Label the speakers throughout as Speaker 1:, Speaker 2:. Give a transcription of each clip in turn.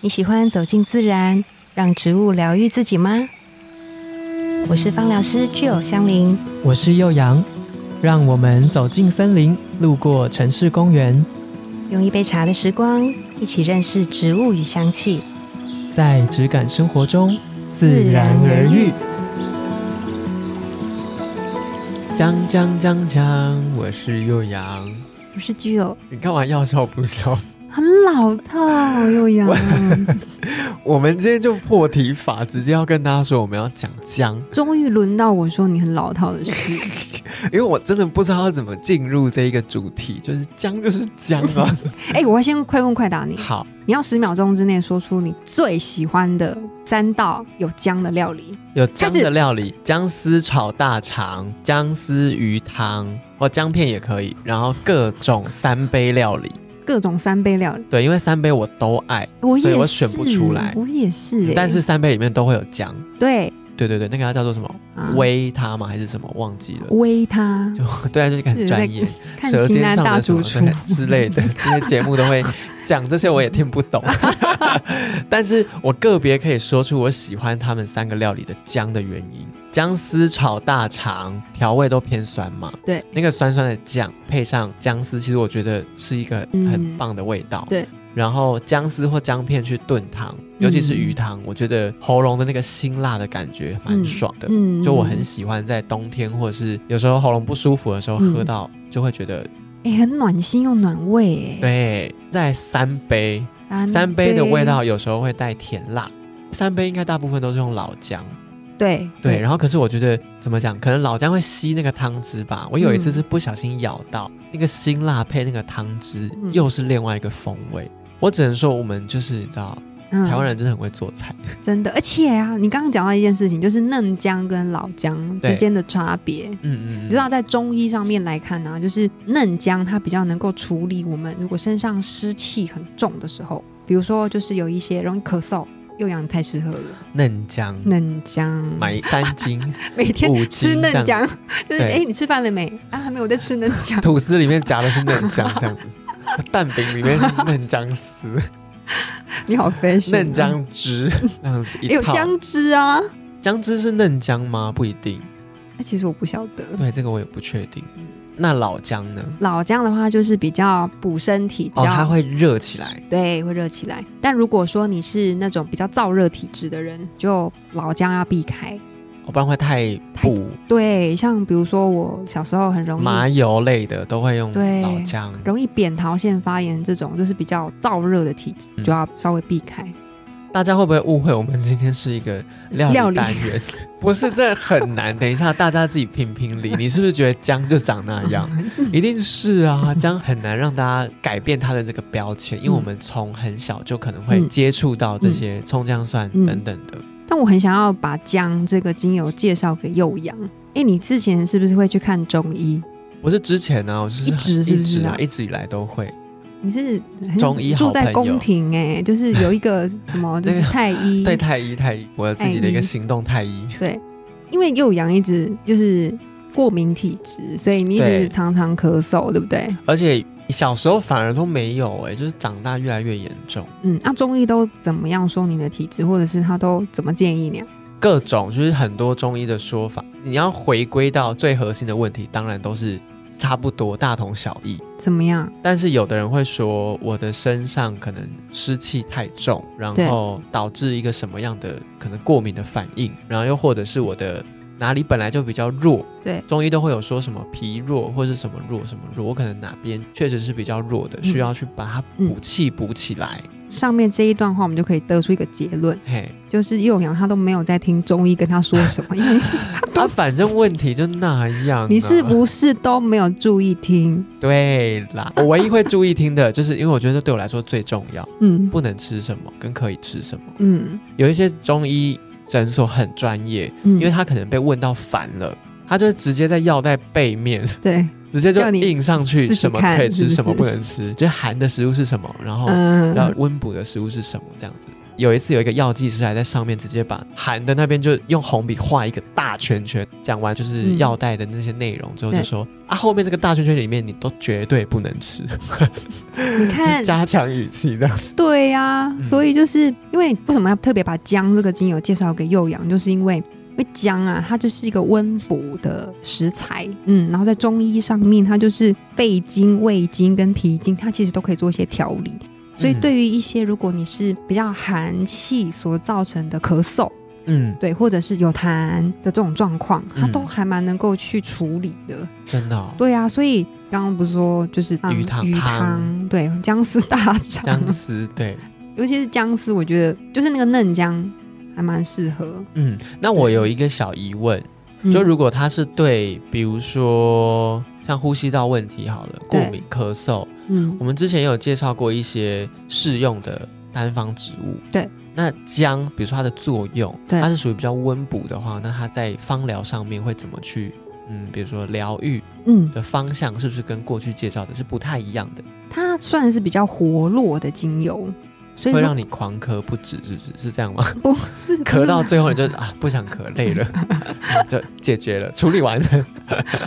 Speaker 1: 你喜欢走进自然，让植物疗愈自己吗？我是芳疗师具有香林，
Speaker 2: 我是幼阳，让我们走进森林，路过城市公园，
Speaker 1: 用一杯茶的时光，一起认识植物与香气。
Speaker 2: 在质感生活中自然而愈。锵锵锵锵，我是幼阳，
Speaker 1: 我是具有，
Speaker 2: 你干嘛要笑不笑？
Speaker 1: 很老套又阳，
Speaker 2: 我们今天就破题法，直接要跟大家说我们要讲姜，
Speaker 1: 终于轮到我说你很老套的事。
Speaker 2: 因为我真的不知道要怎么进入这一个主题，就是姜就是姜 啊。
Speaker 1: 哎、我要先快问快答你，
Speaker 2: 好，
Speaker 1: 你要十秒钟之内说出你最喜欢的三道有姜的料理。
Speaker 2: 有姜
Speaker 1: 开始
Speaker 2: 的料理，姜丝炒大肠、姜丝鱼汤或姜片也可以，然后各种三杯料理。
Speaker 1: 各种三杯料理，
Speaker 2: 对，因为三杯我都爱，
Speaker 1: 我也
Speaker 2: 所
Speaker 1: 是，
Speaker 2: 以我选不出来
Speaker 1: 我也是、哎
Speaker 2: 但是三杯里面都会有姜。
Speaker 1: 对，
Speaker 2: 对对对，那个它叫做什么？
Speaker 1: 啊
Speaker 2: 煨它吗？还是什么？忘记了。
Speaker 1: 微他，
Speaker 2: 对啊，就是很
Speaker 1: 是
Speaker 2: 专
Speaker 1: 在
Speaker 2: 业，
Speaker 1: 看
Speaker 2: 舌
Speaker 1: 清
Speaker 2: 尖
Speaker 1: 单
Speaker 2: 上
Speaker 1: 大
Speaker 2: 的什
Speaker 1: 主
Speaker 2: 么
Speaker 1: 厨，
Speaker 2: 对之类 的，这些节目都会讲这些，我也听不懂。但是我个别可以说出我喜欢他们三个料理的姜的原因。姜丝炒大肠，调味都偏酸嘛，
Speaker 1: 对，
Speaker 2: 那个酸酸的酱配上姜丝，其实我觉得是一个很
Speaker 1: 嗯
Speaker 2: 棒的味道。
Speaker 1: 对。
Speaker 2: 然后姜丝或姜片去炖汤，尤其是鱼汤，我觉得喉咙的那个辛辣的感觉蛮
Speaker 1: 嗯
Speaker 2: 爽的。
Speaker 1: 嗯
Speaker 2: 就我很喜欢在冬天或者是有时候喉咙不舒服的时候
Speaker 1: 嗯
Speaker 2: 喝到，就会觉得
Speaker 1: 哎、很暖心又暖胃、哎，
Speaker 2: 对。在三杯，
Speaker 1: 三
Speaker 2: 三杯的味，道有时候会带甜辣，三杯应该大部分都是用老姜。
Speaker 1: 对
Speaker 2: 对，，然后可是我觉得怎么讲，可能老姜会吸那个汤汁吧。我有一
Speaker 1: 嗯
Speaker 2: 次是不小心咬到、那个辛辣配那个汤汁，
Speaker 1: 嗯
Speaker 2: 又是另外一个风味。我只能说，我们就是你知道，
Speaker 1: 嗯
Speaker 2: 台湾人真的很会做菜。
Speaker 1: 真的，而且啊，你刚刚讲到一件事情，就是嫩姜跟老姜
Speaker 2: 对
Speaker 1: 之间的差别。
Speaker 2: 嗯嗯，嗯
Speaker 1: 你知道，在中医上面来看呢、啊，就是嫩姜它比较能够处理我们如果身上湿气很重的时候，比如说就是有一些容易咳嗽，又阳太适合了。
Speaker 2: 嫩姜，
Speaker 1: 嫩姜，
Speaker 2: 嗯买三斤，
Speaker 1: 每天
Speaker 2: 五
Speaker 1: 吃
Speaker 2: 斤
Speaker 1: 嫩
Speaker 2: 这样
Speaker 1: 姜， 就是哎、
Speaker 2: 对
Speaker 1: 你吃饭了没？啊，还没有，我在吃嫩姜。
Speaker 2: 吐司里面夹的是嫩姜，这样子。蛋饼里面是嫩姜丝、
Speaker 1: 你好 fashion，、
Speaker 2: 嫩，姜汁，这样子一
Speaker 1: 有
Speaker 2: 套。
Speaker 1: 姜汁啊。
Speaker 2: 姜汁是嫩姜吗？不一定。
Speaker 1: 哎其实我不晓得，
Speaker 2: 对，这个我也不确定。那老姜呢？
Speaker 1: 老姜的话就是比较补身体，比
Speaker 2: 哦，它
Speaker 1: 较、
Speaker 2: 会热起来。
Speaker 1: 对会热起来。但如果说你是那种比较燥热体质的人，就老姜要避开。
Speaker 2: 哦，不然会太
Speaker 1: 太
Speaker 2: 补。
Speaker 1: 对，像比如说我小时候很容
Speaker 2: 麻
Speaker 1: 易
Speaker 2: 油类的都会用
Speaker 1: 对
Speaker 2: 老姜。
Speaker 1: 容易扁桃腺发炎这种，就是比较燥热的体质，
Speaker 2: 嗯
Speaker 1: 就要稍微避开。
Speaker 2: 大家会不会误会我们今天是一个料
Speaker 1: 料
Speaker 2: 理
Speaker 1: 理
Speaker 2: 单 元？不是，这很难。等一下，大家自己评评 理。你是不是觉得姜就长那样？一定是啊，姜很难让大家改变它的这个标签，因为我们从很小就可能会
Speaker 1: 嗯
Speaker 2: 接触到这些葱姜蒜
Speaker 1: 嗯
Speaker 2: 等等的。
Speaker 1: 但我很想要把姜这个精油介绍给幼阳。哎，你之前是不是会去看中医？
Speaker 2: 我是之前啊呢、我就是
Speaker 1: 一直是
Speaker 2: 一
Speaker 1: 不是
Speaker 2: 直
Speaker 1: 啊
Speaker 2: 啊，一直以来都会。
Speaker 1: 你是很
Speaker 2: 中医好
Speaker 1: 住在
Speaker 2: 朋友
Speaker 1: 宫廷哎、就是有一个什 么，就是
Speaker 2: 那个
Speaker 1: 太医
Speaker 2: 对太医，太医，我有自己的
Speaker 1: 太
Speaker 2: 一个
Speaker 1: 医
Speaker 2: 行动太医。
Speaker 1: 对，因为幼阳一直就是过敏体质，所以你一
Speaker 2: 对
Speaker 1: 直常常咳嗽，对不对？
Speaker 2: 而且小时候反而都没有、哎，就是长大越来越严重，
Speaker 1: 嗯，那、中医都怎么样说你的体质，或者是他都怎么建议你、啊？
Speaker 2: 各种就是很多中医的说法，你要回归到最核心的问题，当然都是差不多，大同小异。
Speaker 1: 怎么样？
Speaker 2: 但是有的人会说，我的身上可能湿气太重，然
Speaker 1: 对
Speaker 2: 后导致一个什么样的可能过敏的反应，然后又或者是我的哪里本来就比较弱，
Speaker 1: 对
Speaker 2: 中医都会有说什么脾弱或是什么弱什么弱，我可能哪边确实是比较弱的，
Speaker 1: 嗯
Speaker 2: 需要去把它补气补起来。
Speaker 1: 上面这一段话，我们就可以得出一个结论，
Speaker 2: 嘿，
Speaker 1: 就是幼阳他都没有在听中医跟他说什么，因 为
Speaker 2: 啊，反正问题就那样啊、
Speaker 1: 你是不是都没有注意听？
Speaker 2: 对啦，我唯一会注意听的就是，因为我觉得对我来说最重要，
Speaker 1: 嗯
Speaker 2: 不能吃什么跟可以吃什么。
Speaker 1: 嗯
Speaker 2: 有一些中医诊所很专业，
Speaker 1: 嗯，
Speaker 2: 因为他可能被问到烦了，他就直接在药袋背面
Speaker 1: 对，
Speaker 2: 直接就
Speaker 1: 叫你
Speaker 2: 印上去，
Speaker 1: 自己
Speaker 2: 什么
Speaker 1: 看
Speaker 2: 可以
Speaker 1: 是
Speaker 2: 吃，
Speaker 1: 不是
Speaker 2: 哦什么不能吃，就寒的食物是什么，然后
Speaker 1: 嗯、
Speaker 2: 要温补的食物是什么，这样子。有一次有一个药剂师还在上面直接把韩的那边就用红笔画一个大圈圈，讲完就是
Speaker 1: 嗯
Speaker 2: 药袋的那些内容之后就
Speaker 1: 对
Speaker 2: 说、啊，后面这个大圈圈里面你都绝对不能吃，
Speaker 1: 你看，
Speaker 2: 加强语气这样子。
Speaker 1: 对呀、
Speaker 2: 嗯
Speaker 1: 所以就是因为为什么要特别把姜这个精油介绍给幼阳，就是因为因为姜啊，它就是一个温补的食材，嗯，然后在中医上面，它就是肺经、胃经跟脾经，它其实都可以做一些调理。所以
Speaker 2: 嗯
Speaker 1: 对于一些如果你是比较寒气所造成的咳嗽，
Speaker 2: 嗯，
Speaker 1: 对，或者是有痰的这种状况，它
Speaker 2: 嗯
Speaker 1: 都还蛮能够去处理的。
Speaker 2: 真的、哦，
Speaker 1: 对啊，所以刚刚不是说就是嗯
Speaker 2: 鱼汤
Speaker 1: 鱼
Speaker 2: 汤
Speaker 1: 汤，对，姜丝大肠，
Speaker 2: 姜丝对。
Speaker 1: 尤其是姜丝，我觉得就是那个嫩姜还蛮适合。
Speaker 2: 嗯，那我有一个小疑问，
Speaker 1: 嗯
Speaker 2: 就如果他是对，比如说像呼吸道问题好了，过
Speaker 1: 对
Speaker 2: 敏、咳嗽，
Speaker 1: 嗯
Speaker 2: 我们之前也有介绍过一些适用的单方植物。
Speaker 1: 对，
Speaker 2: 那姜，比如说它的作用，
Speaker 1: 对
Speaker 2: 它是属于比较温补的话，那它在芳疗上面会怎么去？嗯，比如说疗愈
Speaker 1: 嗯，
Speaker 2: 的方向是不是跟过去介绍的是不太一样的？
Speaker 1: 它算是比较活络的精油，所以
Speaker 2: 会
Speaker 1: 如
Speaker 2: 让你狂咳不止，是不是？是这样吗？
Speaker 1: 不 是
Speaker 2: 咳到最后你就啊不想咳，累 了，嗯就解决了，处理完了。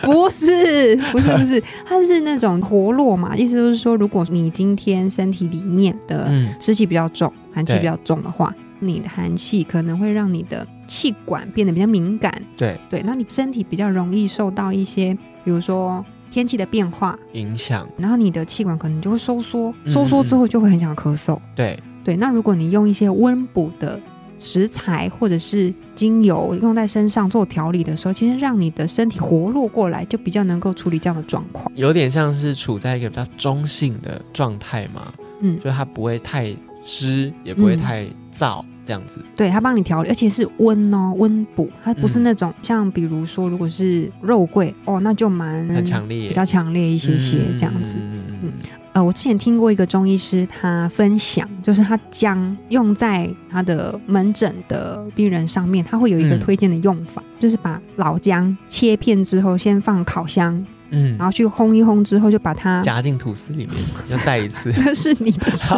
Speaker 1: 不是不是 不是，它是那种活络嘛，意思就是说，如果你今天身体里面的
Speaker 2: 嗯，
Speaker 1: 湿气比较重，寒气
Speaker 2: 对
Speaker 1: 比较重的话，你的寒气可能会让你的气管变得比较敏感，
Speaker 2: 对，
Speaker 1: 对，那你身体比较容易受到一些，比如说天气的变化，
Speaker 2: 影响
Speaker 1: 然后你的气管可能就会收缩，收
Speaker 2: 嗯
Speaker 1: 缩
Speaker 2: 嗯嗯
Speaker 1: 之后就会很想咳嗽。
Speaker 2: 对，
Speaker 1: 对，那如果你用一些温补的食材或者是精油用在身上做调理的时候，其实让你的身体活络过来，就比较能够处理这样的状况。
Speaker 2: 有点像是处在一个比较中性的状态嘛，
Speaker 1: 嗯，
Speaker 2: 就是它不会太湿，也不会太燥，这样子。
Speaker 1: 对，它帮你调理，而且是温哦，温补，它不是
Speaker 2: 嗯
Speaker 1: 那种、像比如说如果是肉桂哦，那就蛮
Speaker 2: 很强
Speaker 1: 嗯
Speaker 2: 烈，
Speaker 1: 比较强烈一
Speaker 2: 一
Speaker 1: 些些这样子。
Speaker 2: 嗯嗯嗯
Speaker 1: 呃，我之前听过一个中医师，他分享就是他姜用在他的呃门诊的病人上面，他会有一个
Speaker 2: 嗯
Speaker 1: 推荐的用法，就是把老姜切片之后，先放烤箱，
Speaker 2: 嗯
Speaker 1: 然后去烘一烘之后，就把它。
Speaker 2: 夹进吐司里面，要再一 次
Speaker 1: 那是你的吃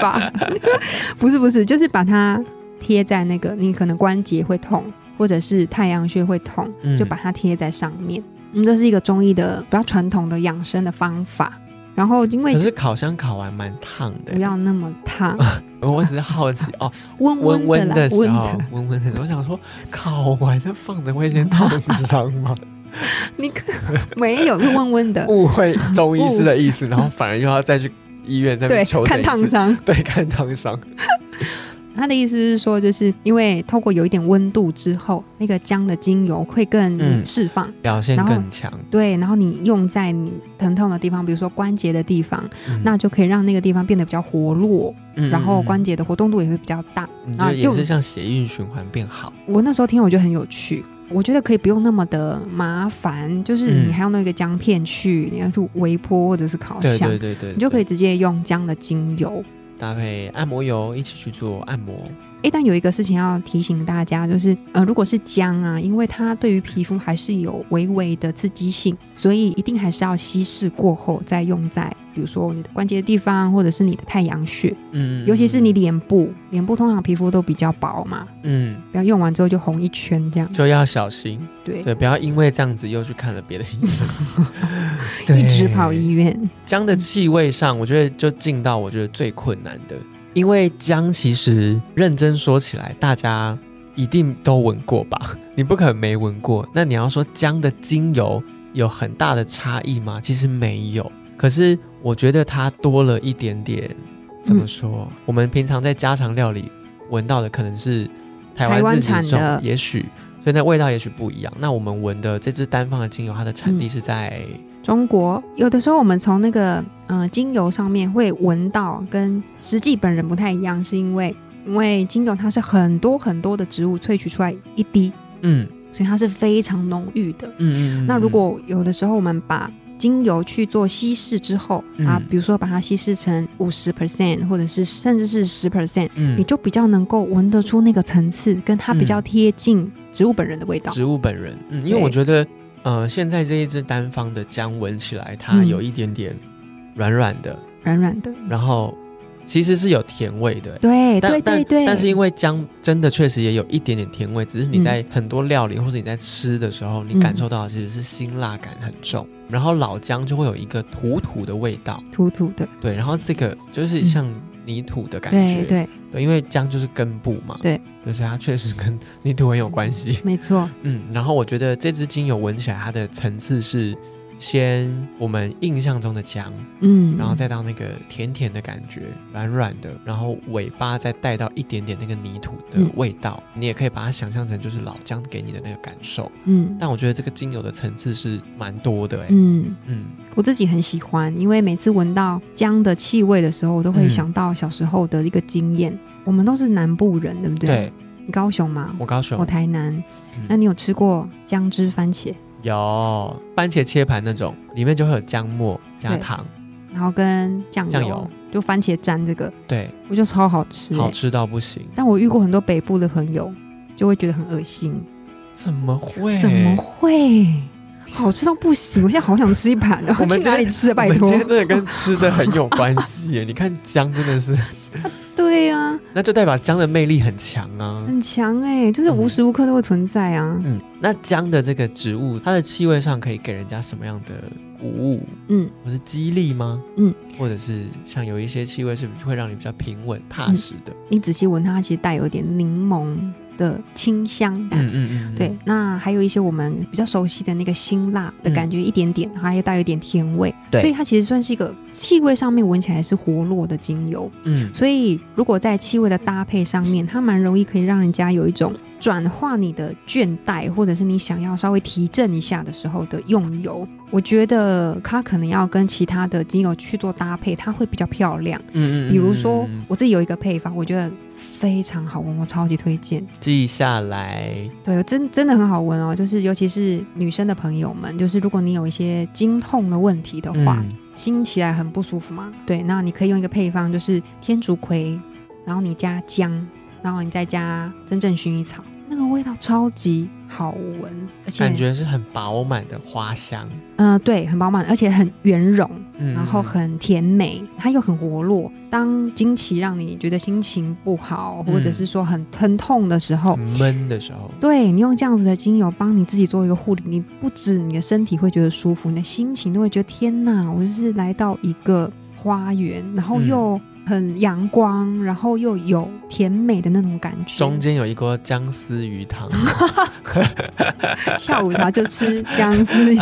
Speaker 1: 法， 不是不是，就是把它贴在那个你可能关节会痛，或者是太阳穴会痛，
Speaker 2: 嗯
Speaker 1: 就把它贴在上面。嗯，这是一个中医的比较传统的养生的方法。然后因为
Speaker 2: 可是烤箱烤完蛮烫的
Speaker 1: 不，要那么烫，
Speaker 2: 我只是好奇 哦，
Speaker 1: 温
Speaker 2: 温
Speaker 1: 温
Speaker 2: 温
Speaker 1: 的啦，
Speaker 2: 时
Speaker 1: 温
Speaker 2: 候哦
Speaker 1: 的，，
Speaker 2: 温温的时候，我想说烤完它放 着会先烫伤吗？
Speaker 1: 你可没有是温温 的，
Speaker 2: 误会中医师的意思，然后反而又要再去医院那
Speaker 1: 对
Speaker 2: 边求，
Speaker 1: 看
Speaker 2: 诊一
Speaker 1: 烫
Speaker 2: 次，
Speaker 1: 伤。
Speaker 2: 对，看烫伤，
Speaker 1: 他的意思是说，就是因为透过有一点温度之后，那个姜的精油会更
Speaker 2: 嗯
Speaker 1: 释放，
Speaker 2: 表现
Speaker 1: 然后
Speaker 2: 更强。
Speaker 1: 对，然后你用在你疼痛的地方，比如说关节的地方，
Speaker 2: 嗯
Speaker 1: 那就可以让那个地方变得比较活络，
Speaker 2: 嗯
Speaker 1: 然后
Speaker 2: 嗯嗯
Speaker 1: 关节的活动度也会比较大。
Speaker 2: 嗯
Speaker 1: 啊
Speaker 2: 就也
Speaker 1: 用
Speaker 2: 是像血液循环变好，
Speaker 1: 我那时候听，我觉得很有趣。我觉得可以不用那么的麻烦，就是
Speaker 2: 嗯
Speaker 1: 你还要弄一个姜片去，你要去微波或者是烤
Speaker 2: 对
Speaker 1: 箱，
Speaker 2: 对对对，
Speaker 1: 你就可以
Speaker 2: 对
Speaker 1: 直接用姜的精油。
Speaker 2: 搭配按摩油一起去做按摩。
Speaker 1: 诶，但有一个事情要提醒大家，就是呃，如果是姜啊，因为它对于皮肤还是有微微的刺激性，所以一定还是要稀释过后再用在，比如说你的关节的地方，或者是你的太阳穴，
Speaker 2: 嗯
Speaker 1: 尤其是你，脸部，脸部通常皮肤都比较薄嘛，
Speaker 2: 嗯，
Speaker 1: 不要用完之后就红一圈这样。
Speaker 2: 就要小心，
Speaker 1: 对，
Speaker 2: 对，不要因为这样子又去看了别的医 生，
Speaker 1: 一直跑医
Speaker 2: 对。
Speaker 1: 院。
Speaker 2: 姜的气味上，我觉得就进到我觉得最困难的，因为姜其实认真说起来，大家一定都闻过吧？ 你不可能没闻过。那你要说姜的精油有很大的差异吗？其实没有，可是我觉得它多了一点点，怎么
Speaker 1: 嗯
Speaker 2: 说？我们平常在家常料理闻到的可能是
Speaker 1: 台
Speaker 2: 台
Speaker 1: 湾
Speaker 2: 湾自
Speaker 1: 产
Speaker 2: 己种
Speaker 1: 的
Speaker 2: 也许。所以那味道也许不一样。那我们闻的这支单方的精油，它的产地
Speaker 1: 嗯
Speaker 2: 是在
Speaker 1: 中国有的时候我们从那个呃精油上面会闻到跟实际本人不太一样，是因为因为精油它是很多很多的植物萃取出来一滴，
Speaker 2: 嗯
Speaker 1: 所以它是非常浓郁的。
Speaker 2: 嗯嗯嗯。
Speaker 1: 那如
Speaker 2: 嗯
Speaker 1: 果有的时候我们把精油去做稀释之后、啊
Speaker 2: 嗯，
Speaker 1: 比如说把它稀释成五十 percent，或者是甚至是十 percent，
Speaker 2: 嗯
Speaker 1: 你就比较能够闻得出那个层次，跟它比较
Speaker 2: 嗯
Speaker 1: 贴近植物本人的味道。
Speaker 2: 植物本人，嗯，因为我
Speaker 1: 对
Speaker 2: 觉得，呃，现在这一支单方的姜闻起来，它
Speaker 1: 嗯
Speaker 2: 有一点点软软的，
Speaker 1: 软软的，
Speaker 2: 然后其实是有甜味的、
Speaker 1: 对
Speaker 2: 但
Speaker 1: 对对对，
Speaker 2: 但但是因为姜真的确实也有一点点甜味，只是你
Speaker 1: 嗯
Speaker 2: 在很多料理或者你在吃的时候，你感受到的其实是辛辣感很重，然后老姜就会有一个土土的味道，
Speaker 1: 土土的，
Speaker 2: 对，然后这个就是
Speaker 1: 嗯
Speaker 2: 像泥土的感觉，
Speaker 1: 对对，
Speaker 2: 对因为姜就是根部嘛，
Speaker 1: 对，
Speaker 2: 对，所以它确实跟 泥土很有关系，
Speaker 1: 没错，
Speaker 2: 嗯，然后我觉得这支精油闻起来它的层次是先我们印象中的姜，
Speaker 1: 嗯，
Speaker 2: 然后再到那个甜甜的感觉，软软的，然后尾巴再带到一点点那个泥土的
Speaker 1: 嗯
Speaker 2: 味道，你也可以把它想象成就是老姜给你的那个感受。
Speaker 1: 嗯
Speaker 2: 但我觉得这个精油的层次是蛮多的、欸，嗯
Speaker 1: 嗯，我自己很喜欢，因为每次闻到姜的气味的时候，我都会
Speaker 2: 嗯
Speaker 1: 想到小时候的一个经验。我们都是南部人，对不对？
Speaker 2: 对
Speaker 1: 你高雄吗？
Speaker 2: 我高雄
Speaker 1: 我台南
Speaker 2: 嗯。
Speaker 1: 那你有吃过姜汁番茄，
Speaker 2: 有番茄切盘那种，里面就会有姜末加
Speaker 1: 对
Speaker 2: 糖，
Speaker 1: 然后跟酱油，
Speaker 2: 酱油
Speaker 1: 就番茄蘸这个，
Speaker 2: 对，
Speaker 1: 我觉得超好吃、
Speaker 2: 好
Speaker 1: 欸。
Speaker 2: 吃到不行，
Speaker 1: 但我遇过很多北部的朋友，就会觉得很恶心，
Speaker 2: 怎么会？
Speaker 1: 怎么？会？好吃到不行！我现在好想吃一盘哦。
Speaker 2: 我们
Speaker 1: 去哪里吃啊？
Speaker 2: 我
Speaker 1: 拜
Speaker 2: 们
Speaker 1: 托
Speaker 2: 今。天真的跟吃的很有关系耶，你 看姜真的是，
Speaker 1: 对啊，
Speaker 2: 那就代表姜的魅力很强啊。
Speaker 1: 很强哎、就是无时无刻都会存在啊。
Speaker 2: 嗯，那姜的这个植物，它的气味上可以给人家什么样的鼓舞
Speaker 1: 嗯
Speaker 2: 或是激励吗？
Speaker 1: 嗯，
Speaker 2: 或者是像有一些气味是会让你比较平稳踏实的。
Speaker 1: 你仔细闻它，它其实带有一点柠檬的清香感。
Speaker 2: 嗯嗯
Speaker 1: 对，那还有一些我们比较熟悉的那个辛辣的感觉，一点点，它也带有一点甜味，
Speaker 2: 嗯对
Speaker 1: 所以它其实算是一个气味上面闻起来是活络的精油。
Speaker 2: 嗯
Speaker 1: 所以如果在气味的搭配上面，它蛮容易可以让人家有一种转化你的倦怠，或者是你想要稍微提振一下的时候的用油。我觉得它可能要跟其他的精油去做搭配，它会比较漂亮。
Speaker 2: 嗯
Speaker 1: 比如说
Speaker 2: 嗯嗯嗯
Speaker 1: 我自己有一个配方，我觉得非常好闻，我超级推荐。
Speaker 2: 记下来，
Speaker 1: 对，真真的很好闻哦，就是尤其是女生的朋友们，就是如果你有一些经痛的问题的话，
Speaker 2: 嗯
Speaker 1: 经起来很不舒服嘛，对，那你可以用一个配方，就是天竺葵，然后你加姜，然后你再加真正薰衣草，那个味道超级好闻，而且
Speaker 2: 感觉是很饱满的花香，
Speaker 1: 嗯、呃对，很饱满，而且很圆融，
Speaker 2: 嗯
Speaker 1: 然后很甜美，它又很活络。当经期让你觉得心情不好，或者
Speaker 2: 嗯
Speaker 1: 是说很疼痛的时候，
Speaker 2: 很闷的时候，
Speaker 1: 对你用这样子的精油帮你自己做一个护理，你不止你的身体会觉得舒服，你的心情都会觉得天哪，我就是来到一个花园，然后
Speaker 2: 嗯
Speaker 1: 又很阳光，然后又有甜美的那种感 觉。
Speaker 2: 中间有一锅姜丝鱼汤，
Speaker 1: 下午茶就吃姜丝鱼，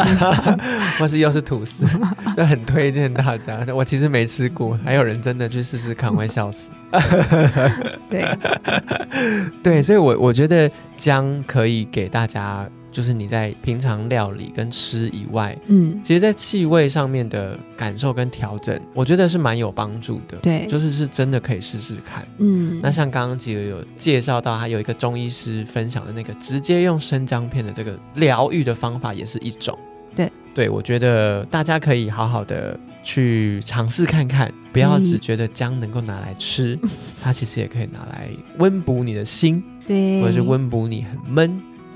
Speaker 2: 或是又是吐司，就很推荐大家。我其实没吃过，还有人真的去试试看，我会笑死。
Speaker 1: 对，
Speaker 2: 对，所以我，我觉得姜可以给大家，就是你在平常料理跟吃以外，
Speaker 1: 嗯，
Speaker 2: 其实，在气味上面的感受跟调整，我觉得是蛮有帮助的。
Speaker 1: 对
Speaker 2: 就是是真的可以试试看。
Speaker 1: 嗯，
Speaker 2: 那像刚刚吉儿有介绍到，他有一个中医师分享的那个直接用生姜片的这个疗愈的方法，也是一种。
Speaker 1: 对
Speaker 2: 对，我觉得大家可以好好的去尝试看看，不要
Speaker 1: 嗯
Speaker 2: 只觉得姜能够拿来吃， 它其实也可以拿来温补你的心。
Speaker 1: 对，
Speaker 2: 或者是温补你很闷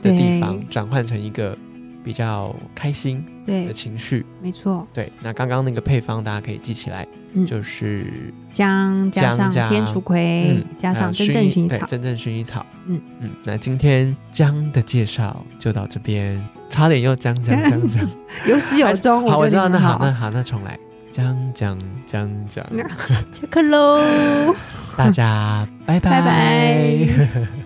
Speaker 2: 的地方
Speaker 1: 对，
Speaker 2: 转换成一个比较开心的
Speaker 1: 对，
Speaker 2: 情绪。
Speaker 1: 没错，
Speaker 2: 对，那刚刚那个配方大家可以记起来，
Speaker 1: 嗯
Speaker 2: 就是
Speaker 1: 姜加
Speaker 2: 姜
Speaker 1: 上
Speaker 2: 加
Speaker 1: 天竺葵，加上真正薰衣草
Speaker 2: 呃对，真正薰衣草。嗯
Speaker 1: 嗯
Speaker 2: 嗯，那今天姜的介绍就到这边，差点又姜 姜姜姜。
Speaker 1: 有始有终，
Speaker 2: 好，我知
Speaker 1: 觉
Speaker 2: 道，
Speaker 1: 得
Speaker 2: 那
Speaker 1: 很好，
Speaker 2: 好，
Speaker 1: 啊
Speaker 2: 那好，那重来，姜姜姜 姜，
Speaker 1: 下课喽。
Speaker 2: 大家拜
Speaker 1: 拜拜